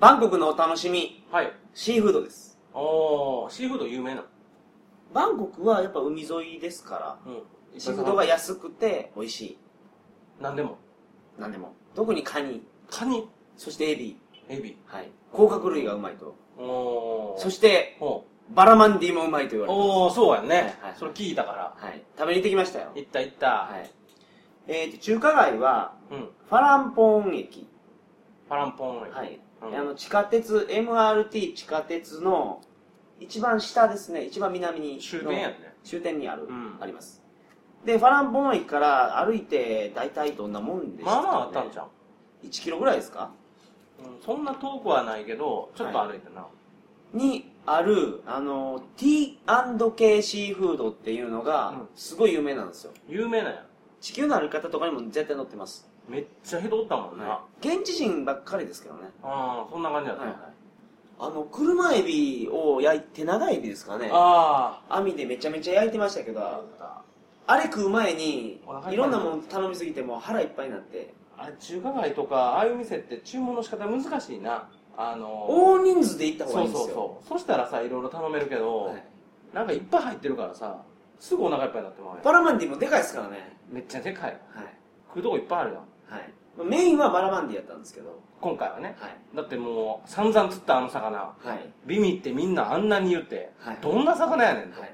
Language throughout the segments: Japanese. バンコクのお楽しみ、はい。シーフードです。おー、シーフード有名なの。バンコクはやっぱ海沿いですから、うん。シーフードが安くて美味しい。何でも。なんでも。特にカニ、カニ、そしてエビ、エビ。はい。甲殻類がうまいと。おー。そて、して、おバラマンディもうまいと言われておー、そうやんね、はいはいそれ聞いたから。ます。はい。食べに行ってきましたよ。行った行った。はい。えーと、中華街は、うん。ファランポン駅。パランポン。はい。うんあの、地下鉄、MRT 地下鉄の一番下ですね。一番南に。終点やんね。終点にある、うんあります。で、ファランボン駅から歩いて、大体どんなもんでしたまか、あね、まああったんじゃん。 1キロぐらいですかうん、そんな遠くはないけど、ちょっと歩いてな。にある、あの、T&K シーフードっていうのうがん、すごい有名なんですよ。有名なんや。地球の歩き方とかにも絶対載ってます。めっちゃ人おったもんな。現地人ばっかりですけどね。ああ、そんな感じだはっいた。はい。あの、車エビを焼いて、長エビですかね。あ網でめちゃめちゃ焼いてましたけあど、。あれ食う前にお腹いっぱい、いろんなもの頼みすぎてもう腹いっぱいになって、あれ、中華街とか、ああいう店って注文の仕方難しいな。あの大人数で行った方がそいいうそんうですよ。そう。そしたらさ、いろいろ頼めるけど、はいなんかいっぱい入ってるからさ、すぐお腹いっぱいになってまうやバラマンディもでかいですからね。ん。めっちゃでかい。はい。食うとこいっぱいあるやん。はい。まあメインはバラマンディやったんですけど。今回はね。はい。だってもう、散々釣ったあの魚。はい。ビミってみんなあんなに言って、はいどんな魚やねんと、はい。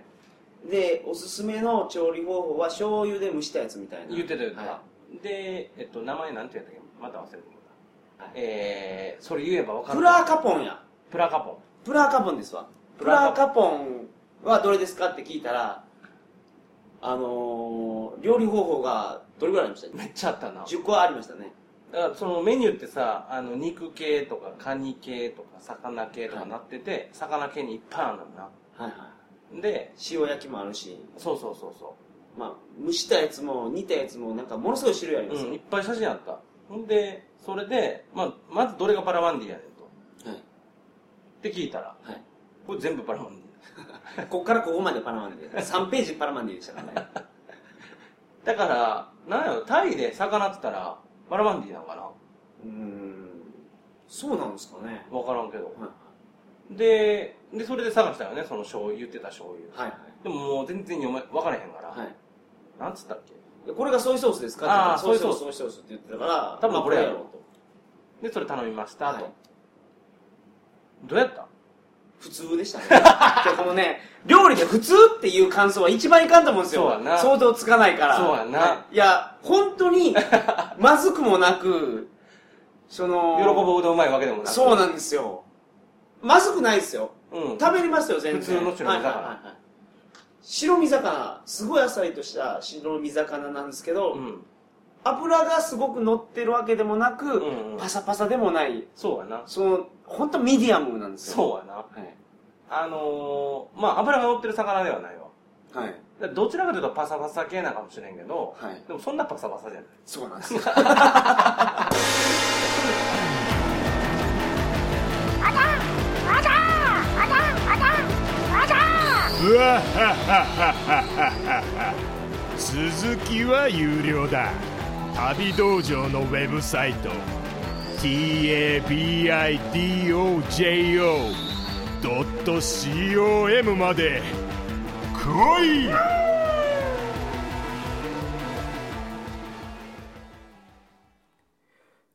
で、おすすめの調理方法は醤油で蒸したやつみたいな。言ってた言ってた、はで、えっと、名前なんて言ったっけまた忘れてもうた、はいえー、それ言えばわいかるプラカポンや。プラカポンプラカポンですわ。ププララカポンはどれですかって聞いたら、あのー、料理方法がどれぐらいありましためっちゃあったな ?10 個ありましたね。だからそのメニューってさあの肉系とかカニ系とか魚系とかなってて、魚系にいっぱいあるのよはいはい。なで塩焼きもあるし、そうそうそうそまあ、蒸したやつも煮たやつもなんかものすごい種類ありう、ますうん、よいっぱい写真あったほんでそれで、まあ、まずどれがパラマンディやねんとはい。って聞いたらはい。これ全部パラマンディこっからここまでパラマンディ。3ページパラマンディでしたからね。だから、なんやろ、タイで魚って言ったら、バラマンディなんかなうーん。そうなんですかね。わからんけど。はいで、で、それで探したよね、その醤油、言ってた醤油。はいでももう全然読め、わからへんから。はい。はいなんつったっけでこれがソイソースですかあーって言ったらソソイソース、ソイソースって言ってたから、多分まあこれやろと。で、それ頼みました、はいと。どうやった普通でしたね。 でこのね、料理で普通っていう感想は一番いかんと思うんですよ。そうやな想像つかないから。そうやなはい。いや、本当に、まずくもなく、その、喜ぶほどうまいわけでもなく。そうなんですよ。まずくないですよ。うん。食べれますよ、全然。普通の白身はいは魚いはいはい白身魚、すごいあっさりとした白身魚なんですけど、うん。油がすごく乗ってるわけでもなく、うんうんパサパサでもない、そうやな。その、本当ミディアムなんですよ。そうやな。はい。あのー、まあ、油が乗ってる魚ではないわ。はい。だからどちらかというとパサパサ系なんかもしれんけど、はいでもそんなパサパサじゃない。そうなんですよ。 うわははははは続きは有料だ旅道場のウェブサイト tabidojo.com まで来い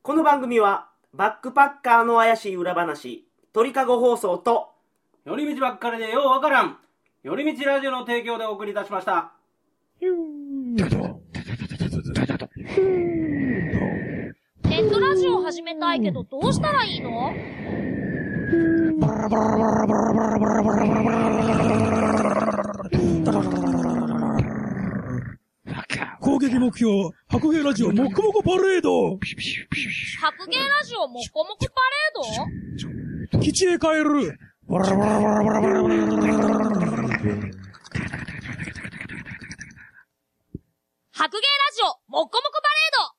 この番組は、バックパッカーの怪しい裏話、鳥かご放送と、寄り道ばっかりでようわからん寄り道ラジオの提供でお送りいたしました。ネットラジオ始めたいけどどうしたらいいの攻撃目標、箱芸ラジオ、もこもこパレード、白芸ラジオもこもこパレード基地へ帰る、白芸ラジオもこもこパレード